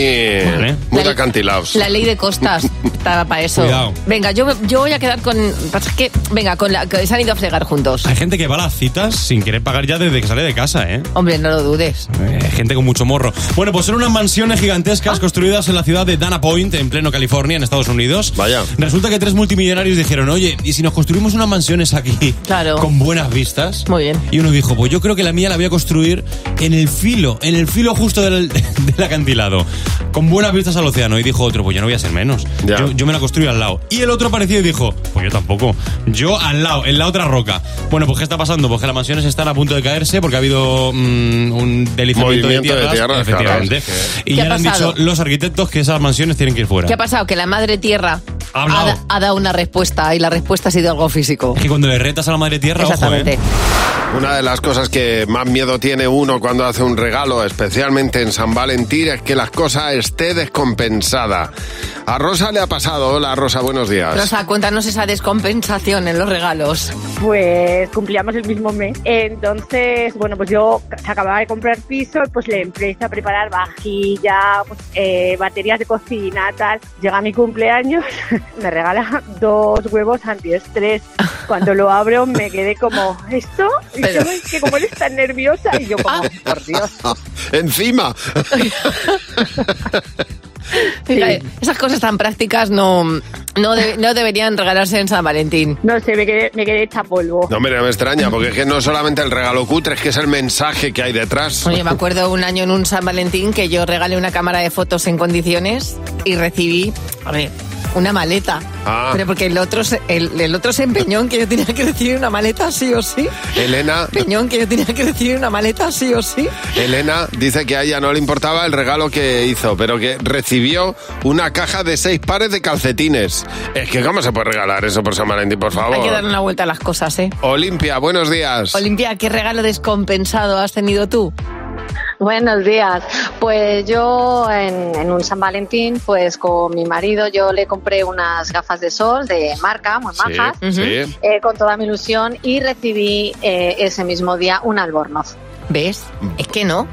C: muy de acantilados.
D: La ley de costas estaba para eso.
U: Cuidado.
D: Venga, yo, yo voy a quedar con. pasa que- venga, con la que se han ido a fregar juntos.
U: Hay gente que va a las citas sin querer pagar ya desde que sale de casa, ¿eh?
D: Hombre, no lo dudes.
U: Eh, gente con mucho morro. Bueno, pues son unas mansiones gigantescas construidas en la ciudad de Dana Point, en pleno California, en Estados Unidos. Vaya. Resulta que tres multimillonarios dijeron, oye, ¿y si nos construimos unas mansiones aquí? Con buenas vistas.
D: Muy bien.
U: Y uno dijo, pues yo creo que la mía la voy a construir en el filo, en el filo justo del, del acantilado, con buenas vistas al océano. Y dijo otro, pues yo no voy a ser menos. Yo, yo me la construyo al lado. Y el otro apareció y dijo, pues yo tampoco. Yo al lado, en la otra roca. Bueno, pues ¿qué está pasando? Pues que las mansiones están a punto de caerse porque ha habido mm, un deslizamiento de
C: Movimiento de
U: tierras.
C: tierras,
U: efectivamente.
C: claro.
U: Y
D: ¿Qué
U: ya
D: ha
U: le han
D: pasado?
U: dicho los arquitectos que esas mansiones tienen que ir fuera.
D: ¿Qué ha pasado? Que la madre tierra
U: Ha
D: ha,
U: hablado.
D: da- ha dado una respuesta y la respuesta ha sido algo físico.
U: Que cuando le retas a la madre tierra, ojo, ¿eh?
C: Una de las cosas que más miedo tiene uno cuando hace un regalo, especialmente en San Valentín, es que la cosa esté descompensada. A Rosa le ha pasado. Hola, Rosa, buenos días.
D: Rosa, cuéntanos esa descompensación en los regalos.
P: Pues cumplíamos el mismo mes. Entonces, bueno, pues yo se acababa de comprar piso, pues le empecé a preparar vajilla, pues, eh, baterías de cocina, tal. Llega mi cumpleaños, me regala dos huevos antiestrés. Cuando lo abro me quedé como, ¿esto? Y
C: Pero-
P: yo, es que como eres tan nerviosa y yo como, por Dios.
C: Encima.
D: Fíjate, Esas cosas tan prácticas no, no, de- no deberían regalarse en San Valentín.
P: No sé, me quedé, me quedé hecha polvo.
C: No, hombre, no me extraña, porque es que no es solamente el regalo cutre, es que es el mensaje que hay detrás.
D: Oye, me acuerdo un año en un San Valentín que yo regalé una cámara de fotos en condiciones y recibí, a ver, una maleta.
C: Ah.
D: Pero porque el otro, se- el, el otro se empeñó en que yo tenía que recibir una maleta sí o sí.
C: Elena,
D: Peñón que yo tenía que recibir una maleta sí o sí.
C: Elena dice que a ella no le importaba el regalo que hizo, pero que recibió una caja de seis pares de calcetines. Es que, ¿cómo se puede regalar eso por San Valentín, por
D: Hay que dar
C: favor? Pues
D: una vuelta a las cosas, ¿eh?
C: Olimpia, buenos días.
D: Olimpia, ¿qué regalo descompensado has tenido tú?
V: Buenos días. Pues yo en, en un San Valentín, pues con mi marido yo le compré unas gafas de sol de marca, muy
L: Sí,
V: majas,
L: sí.
V: eh, con toda mi ilusión y recibí eh, ese mismo día un albornoz.
D: ¿Ves? Es que no.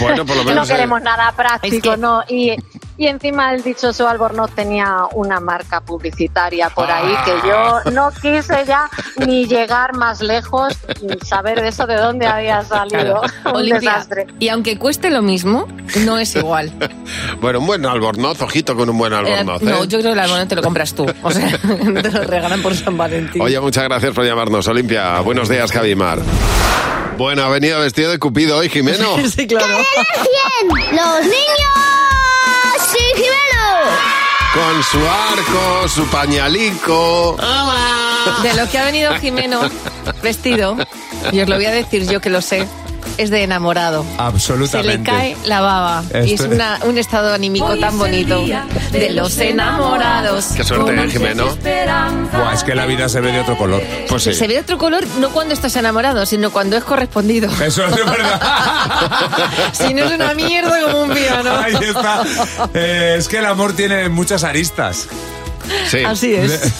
C: Bueno, por lo menos. eh.
V: no queremos nada práctico, ¿no? Y,
W: Y encima el dichoso albornoz tenía una marca publicitaria por ahí
Q: Ah.
W: que yo no quise ya ni llegar más lejos, ni saber de eso de dónde había salido. Un
D: Olimpia,
W: desastre.
D: Y aunque cueste lo mismo, no es igual.
C: Bueno, un buen albornoz, ojito con un buen
D: Eh,
C: albornoz.
D: no,
C: ¿eh?
D: yo creo que el albornoz te lo compras tú. O sea, te lo regalan por San Valentín.
C: Oye, muchas gracias por llamarnos, Olimpia. Buenos días, Javimar. Bueno, ha venido vestido de Cupido hoy, Jimeno.
D: sí, claro.
Q: ¡Los niños! ¡Sí,
C: Con su arco, su pañalico.
D: De lo que ha venido Jimeno vestido, y os lo voy a decir yo que lo sé, es de enamorado. Se
F: Absolutamente.
D: le cae la baba. Y es
F: Esto-
D: una- un estado anímico tan bonito. De los enamorados.
F: Qué suerte,
D: Como
F: ¿eh, Jimeno?
D: se esperan.
F: Buah, es que la vida se ve de otro color. Pues sí.
D: Se ve de otro color no cuando estás enamorado, sino cuando es correspondido.
F: Eso es verdad.
D: Si no es una mierda como un piano.
F: Ahí está. Eh, es que el amor tiene muchas aristas.
C: Sí.
D: Así es.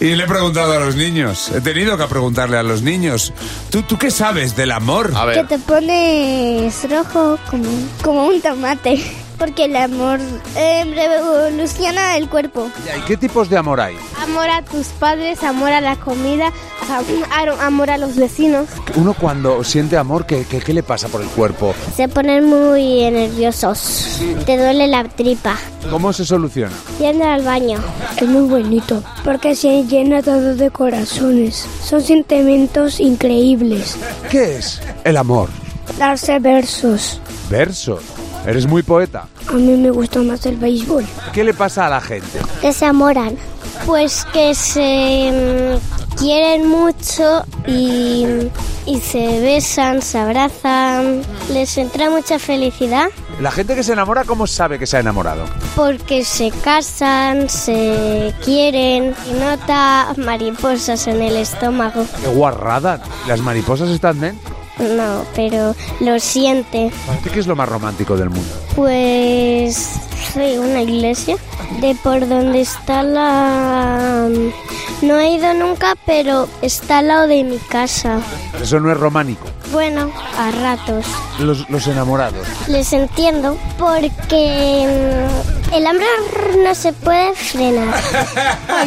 F: Y le he preguntado a los niños. He tenido que preguntarle a los niños. ¿Tú, tú qué sabes del amor? A
G: Que te pones rojo como, como un tomate. Porque el amor eh, revoluciona el cuerpo.
F: ¿Qué tipos de amor hay?
G: Amor a tus padres, amor a la comida, a- amor a los vecinos.
F: Uno cuando siente amor, ¿qué, qué, qué le pasa por el cuerpo?
G: Se ponen muy nerviosos. Te duele la tripa.
F: ¿Cómo se soluciona?
G: Yendo al baño. Es muy bonito. Porque se llena todo de corazones. Son sentimientos increíbles.
F: ¿Qué es el amor?
G: Darse versos.
F: Verso. Eres muy poeta.
G: A mí me gusta más el béisbol.
F: ¿Qué le pasa a la gente?
G: que se amoran? Pues que se mm, quieren mucho y, y se besan, se abrazan. Les entra mucha felicidad
F: La gente que se enamora, ¿cómo sabe que se ha enamorado?
G: porque se casan, se quieren y nota mariposas en el estómago.
F: ¡Qué guarrada! ¿Las mariposas están dentro?
G: No, pero lo siente.
F: ¿Para ti qué es lo más romántico del mundo?
G: Pues sí, una iglesia de por donde está la... No he ido nunca, pero está al lado de mi casa.
F: Eso no es románico.
G: Bueno, a ratos.
F: Los, los enamorados.
G: Les entiendo porque mm, el hambre no se puede frenar.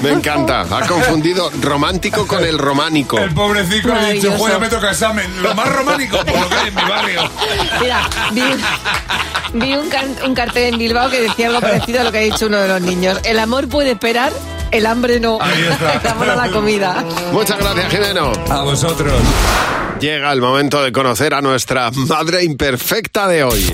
C: Me encanta. Ha confundido romántico con el románico. El
F: pobrecito
G: ha dicho, "Joder, me
F: toca examen. Lo más románico, por lo que hay en mi barrio.
D: Mira, vi, vi un, can- un cartel en Bilbao que decía algo parecido a lo que ha dicho uno de los niños. El amor puede esperar, el hambre no. El amor a la comida.
C: Muchas gracias, Jimeno.
F: A vosotros.
C: Llega el momento de conocer a nuestra madre imperfecta de hoy.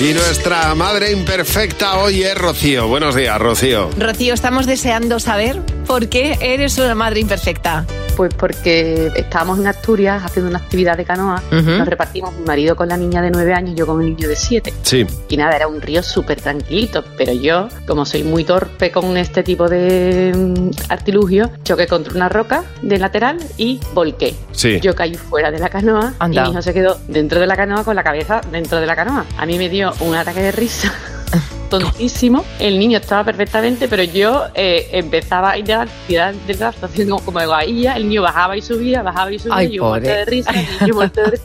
C: Y nuestra madre imperfecta hoy es Rocío. Buenos días, Rocío.
D: Rocío, estamos deseando saber por qué eres una madre imperfecta.
V: Pues porque estábamos en Asturias haciendo una actividad de canoa,
D: Ujú.
V: nos repartimos mi marido con la niña de nueve años, yo con el niño de siete.
C: Sí.
V: Y nada, era un río súper tranquilito, pero yo, como soy muy torpe con este tipo de mm, artilugios, choqué contra una roca de lateral y volqué.
C: Sí.
V: Yo caí fuera de la canoa
D: Anda.
V: y mi hijo se quedó dentro de la canoa con la cabeza dentro de la canoa. A mí me dio un ataque de risa tontísimo. El niño estaba perfectamente, pero yo eh, empezaba a ir de la tirar de la estación como, como de guailla. El niño bajaba y subía, bajaba y subía.
D: Ay,
V: y yo muerta
D: pobre.
V: de risa, y yo muerta de risa.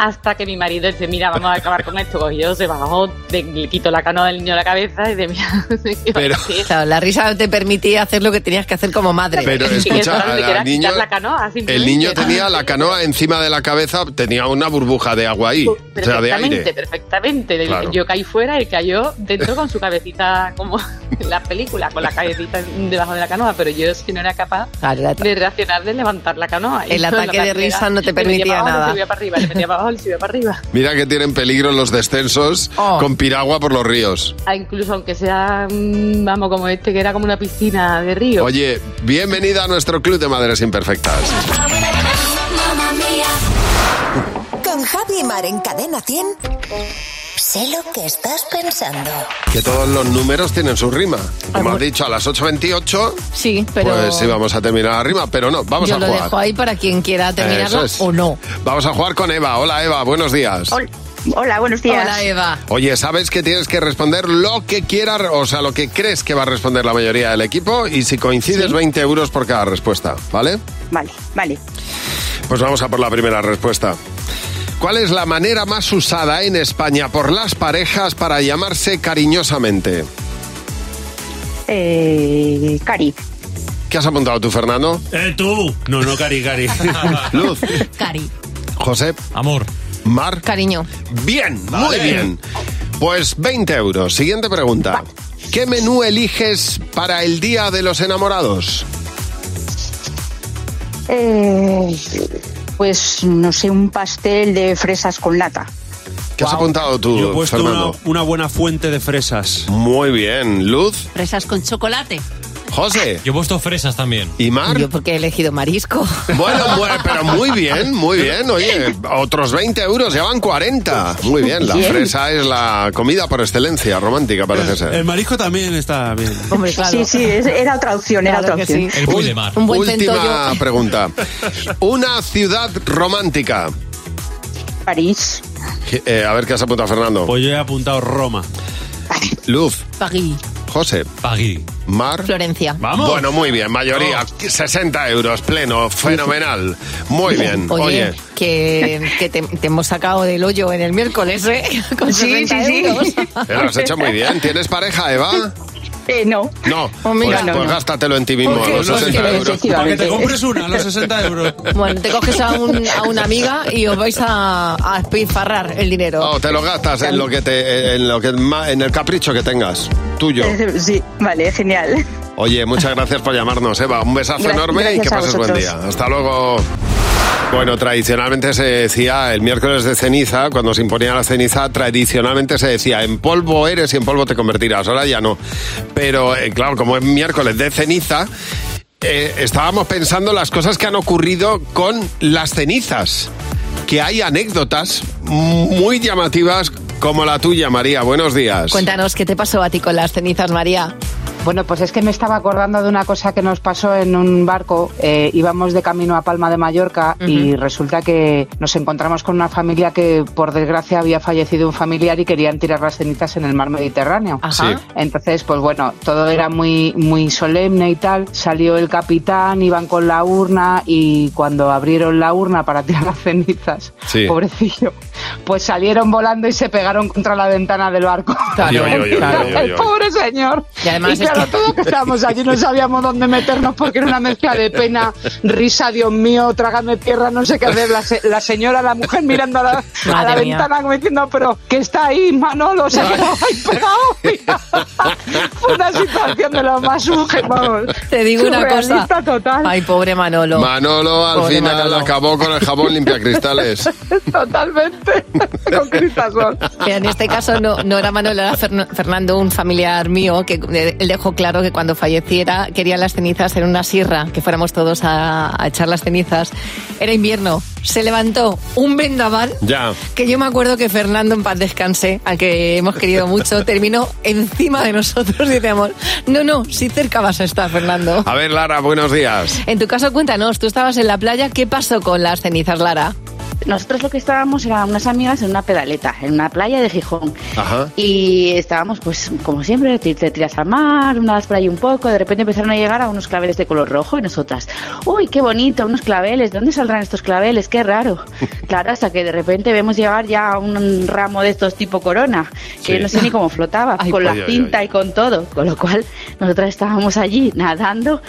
V: Hasta que mi marido dice, mira, vamos a acabar con esto. Cogió, se bajó, de- le quitó la canoa del niño a la cabeza y de mira,
C: Pero,
D: Claro, la risa te permitía hacer lo que tenías que hacer como madre.
C: pero escucha, al niño-
V: la canoa.
C: el
V: simplemente.
C: niño tenía la canoa encima de la cabeza, tenía una burbuja de agua ahí, o sea, de
V: Perfectamente,
C: aire.
V: perfectamente.
C: Claro.
V: Yo caí fuera y cayó dentro con su cabecita, como en las películas, con la cabecita debajo de la canoa, pero yo es que no era capaz
D: Claro, la-
V: de reaccionar, de levantar la canoa.
D: El
V: Y no,
D: ataque
V: la
D: de
V: verdad,
D: risa no
V: le
D: te
V: metía
D: permitía
V: para abajo,
D: nada.
V: Le subía para arriba, le metía para abajo, le subía para arriba.
C: Mira que tienen peligro los descensos
V: Oh.
C: con piragua por los ríos.
V: Ah, incluso aunque sea, mm, vamos, como este, que era como una piscina de río.
C: Oye, bienvenida a nuestro club de madres imperfectas.
L: Con Javi Mar en Cadena 100. Sé lo que estás pensando.
C: Que todos los números tienen su rima. Como has dicho, a las 8.28,
D: Sí, pero
C: pues sí vamos a terminar la rima, pero no, vamos
D: yo
C: a
D: lo
C: jugar.
D: dejo ahí para quien quiera
C: Eso
D: terminarlo
C: es.
D: o no.
C: Vamos a jugar con Eva. Hola Eva, buenos días.
D: Hola, buenos días. Hola, Eva.
C: Oye, sabes que tienes que responder lo que quieras, o sea, lo que crees que va a responder la mayoría del equipo y si coincides 20 euros por cada respuesta, ¿vale?
X: Vale, vale.
C: Pues vamos a por la primera respuesta. ¿Cuál es la manera más usada en España por las parejas para llamarse cariñosamente?
N: Eh, cari.
C: ¿Qué has apuntado tú, Fernando?
E: ¡Eh, tú! No, no, Cari, Cari.
C: Luz.
D: Cari.
C: José.
E: Amor.
C: Mar.
D: Cariño.
C: Bien, muy
D: Vale.
C: bien. Pues 20 euros. Siguiente pregunta. ¿Qué menú eliges para el Día de los Enamorados?
A: Eh, pues no sé, un pastel de fresas con lata.
C: ¿Qué has apuntado tú,
E: Yo he puesto una,
C: Fernando?
E: una buena fuente de fresas.
C: Muy bien. Luz.
A: Fresas con chocolate.
C: José.
H: Yo he puesto fresas también.
C: ¿Y Mar?
D: Yo porque he elegido marisco.
C: Bueno, bueno, pero muy bien, muy bien. Oye, otros 20 euros, ya van 40. Muy bien, la
D: Bien.
C: fresa es la comida por excelencia, romántica parece ser.
E: El marisco también está bien.
D: Hombre, claro.
A: Sí, sí, es- era otra opción, era
D: Claro
A: otra
D: que
A: opción.
D: sí. El buey de mar. Un buen
C: Última
D: centollo.
C: pregunta. Una ciudad romántica.
A: París.
C: Eh, a ver qué has apuntado, Fernando.
E: Pues yo he apuntado Roma.
C: Luz,
D: Pagui.
C: José.
H: Pagui.
C: Mar.
D: Florencia.
C: Bueno, muy bien, mayoría. 60 euros, pleno, fenomenal. Muy bien.
D: Oye,
C: Oye. eh,
D: que, que te, te hemos sacado del hoyo en el miércoles, ¿eh? Con
A: Sí, sí,
D: 60
A: sí.
D: euros.
C: Te lo has hecho muy bien. ¿Tienes pareja, Eva?
A: Eh, no.
C: No.
D: Oh, mira.
C: pues,
D: No,
C: pues
D: no.
C: gástatelo en ti mismo,
D: Porque
C: los
D: no
C: 60
D: quiero,
C: euros.
D: efectivamente. Para que te
E: compres una, los 60 euros.
D: Bueno, te coges a, un- a una amiga y os vais a, a espifarrar el dinero.
C: No, te lo gastas en lo que te, en lo que ma- en el capricho que tengas tuyo.
A: Eh, Sí, vale, genial.
C: Oye, muchas gracias por llamarnos, Eva. Un besazo
A: Gra-
C: enorme y
A: gracias
C: que
A: a
C: pases buen
A: vosotros.
C: día. Hasta luego. Bueno, tradicionalmente se decía el miércoles de ceniza, cuando se imponía la ceniza, tradicionalmente se decía en polvo eres y en polvo te convertirás. Ahora ya no. Pero eh, claro, como es miércoles de ceniza, eh, estábamos pensando las cosas que han ocurrido con las cenizas. Que hay anécdotas muy llamativas como la tuya, María. Buenos días.
D: Cuéntanos qué te pasó a ti con las cenizas, María.
A: Bueno, pues es que me estaba acordando de una cosa que nos pasó en un barco. Eh, íbamos de camino a Palma de Mallorca y
I: Ujú.
A: resulta que nos encontramos con una familia que, por desgracia, había fallecido un familiar y querían tirar las cenizas en el mar Mediterráneo.
I: Ajá. Sí.
A: Entonces, pues bueno, todo era muy, muy solemne y tal. Salió el capitán, iban con la urna y cuando abrieron la urna para tirar las cenizas,
C: Sí.
A: pobrecillo, pues salieron volando y se pegaron contra la ventana del barco.
C: Yo, yo, yo, yo, yo,
A: El
C: yo.
A: pobre señor.
D: Y además
A: claro,
D: es que-
A: todos que estábamos allí no sabíamos dónde meternos porque era una mezcla de pena, risa, Dios mío, trágame tierra, no sé qué hacer. La, se- la señora, la mujer mirando a la, a la
D: Madre mía.
A: ventana como diciendo, pero que está ahí Manolo, o sea, que no hay pegado. Fue una situación de lo más surge, vamos.
D: Te digo una
A: surrealista
D: cosa. Ay, pobre Manolo.
C: Manolo al
D: Pobre
C: final
D: Manolo.
C: acabó con el jabón limpia cristales.
A: Totalmente. Con cristasol.
D: Que en este caso no, no era Manolo, era Ferno- Fernando, un familiar mío, que eh, él dejó claro que cuando falleciera quería las cenizas en una sierra, que fuéramos todos a, a echar las cenizas. Era invierno, se levantó un vendaval.
C: Ya.
D: Que yo me acuerdo que Fernando, en paz descanse, al que hemos querido mucho, terminó encima de nosotros y decíamos, no, no, sí cerca vas a estar, Fernando.
C: A ver, Lara, buenos días.
D: En tu caso, cuéntanos, tú estabas en la playa, ¿qué pasó con las cenizas, Lara?
I: Nosotros lo que estábamos eran unas amigas en una pedaleta, en una playa de Gijón.
C: Ajá.
I: Y estábamos, pues, como siempre, te, te tiras al mar, unas por ahí un poco, de repente empezaron a llegar a unos claveles de color rojo y nosotras, uy, qué bonito, unos claveles, ¿de dónde saldrán estos claveles? Qué raro. Claro, hasta que de repente vemos llegar ya un ramo de estos tipo corona, que
A: Sí.
I: yo no sé ni cómo flotaba,
A: Ay,
I: con la
A: ay, ay,
I: cinta y con todo. Con lo cual, nosotras estábamos allí nadando.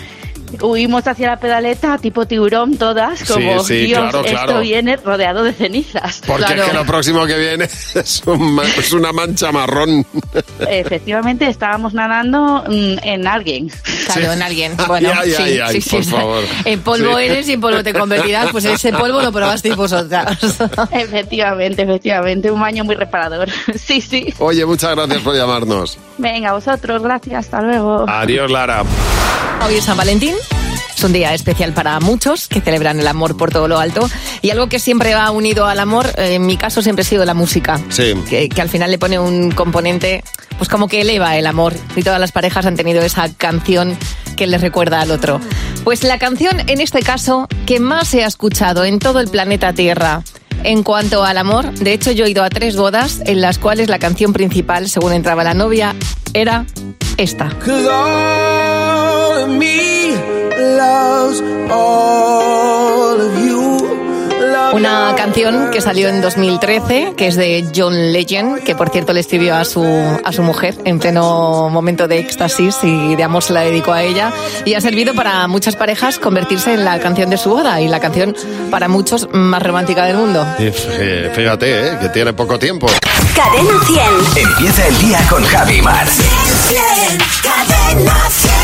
I: Huimos hacia la pedaleta, tipo tiburón, todas,
C: Sí,
I: como
C: sí,
I: Dios,
C: claro,
I: esto
C: claro.
I: viene rodeado de cenizas.
C: Porque es que lo próximo que viene es, un ma- es una mancha marrón.
I: Efectivamente, estábamos nadando mm, en alguien.
D: Claro, en alguien. Bueno,
C: Ay, ay,
D: sí,
C: ay, ay,
D: sí, sí.
C: por favor.
D: En polvo
C: Sí.
D: eres y en polvo te convertirás, pues ese polvo lo probasteis vosotras.
I: Efectivamente, efectivamente, un baño muy reparador. Sí, sí.
C: Oye, muchas gracias por llamarnos.
I: Venga, vosotros, gracias, hasta luego.
C: Adiós, Lara.
D: Hoy es San Valentín. Es un día especial para muchos que celebran el amor por todo lo alto. Y algo que siempre va unido al amor, eh, en mi caso siempre ha sido la música.
C: Sí.
D: Que, que al final le pone un componente, pues como que eleva el amor. Y todas las parejas han tenido esa canción que les recuerda al otro. Pues la canción, en este caso, que más se ha escuchado en todo el planeta Tierra. En cuanto al amor, de hecho yo he ido a tres bodas en las cuales la canción principal, según entraba la novia, era esta.
Q: All of me loves all of you. Love
D: Una canción que salió en 2013, que es de John Legend, que por cierto le escribió a su, a su mujer en pleno momento de éxtasis y de amor se la dedicó a ella. Y ha servido para muchas parejas convertirse en la canción de su boda y la canción para muchos más romántica del mundo.
C: Y fí- Fíjate, ¿eh? que tiene poco tiempo.
L: Cadena 100.
H: Empieza el día con Javi Mar.
L: Cadena 100.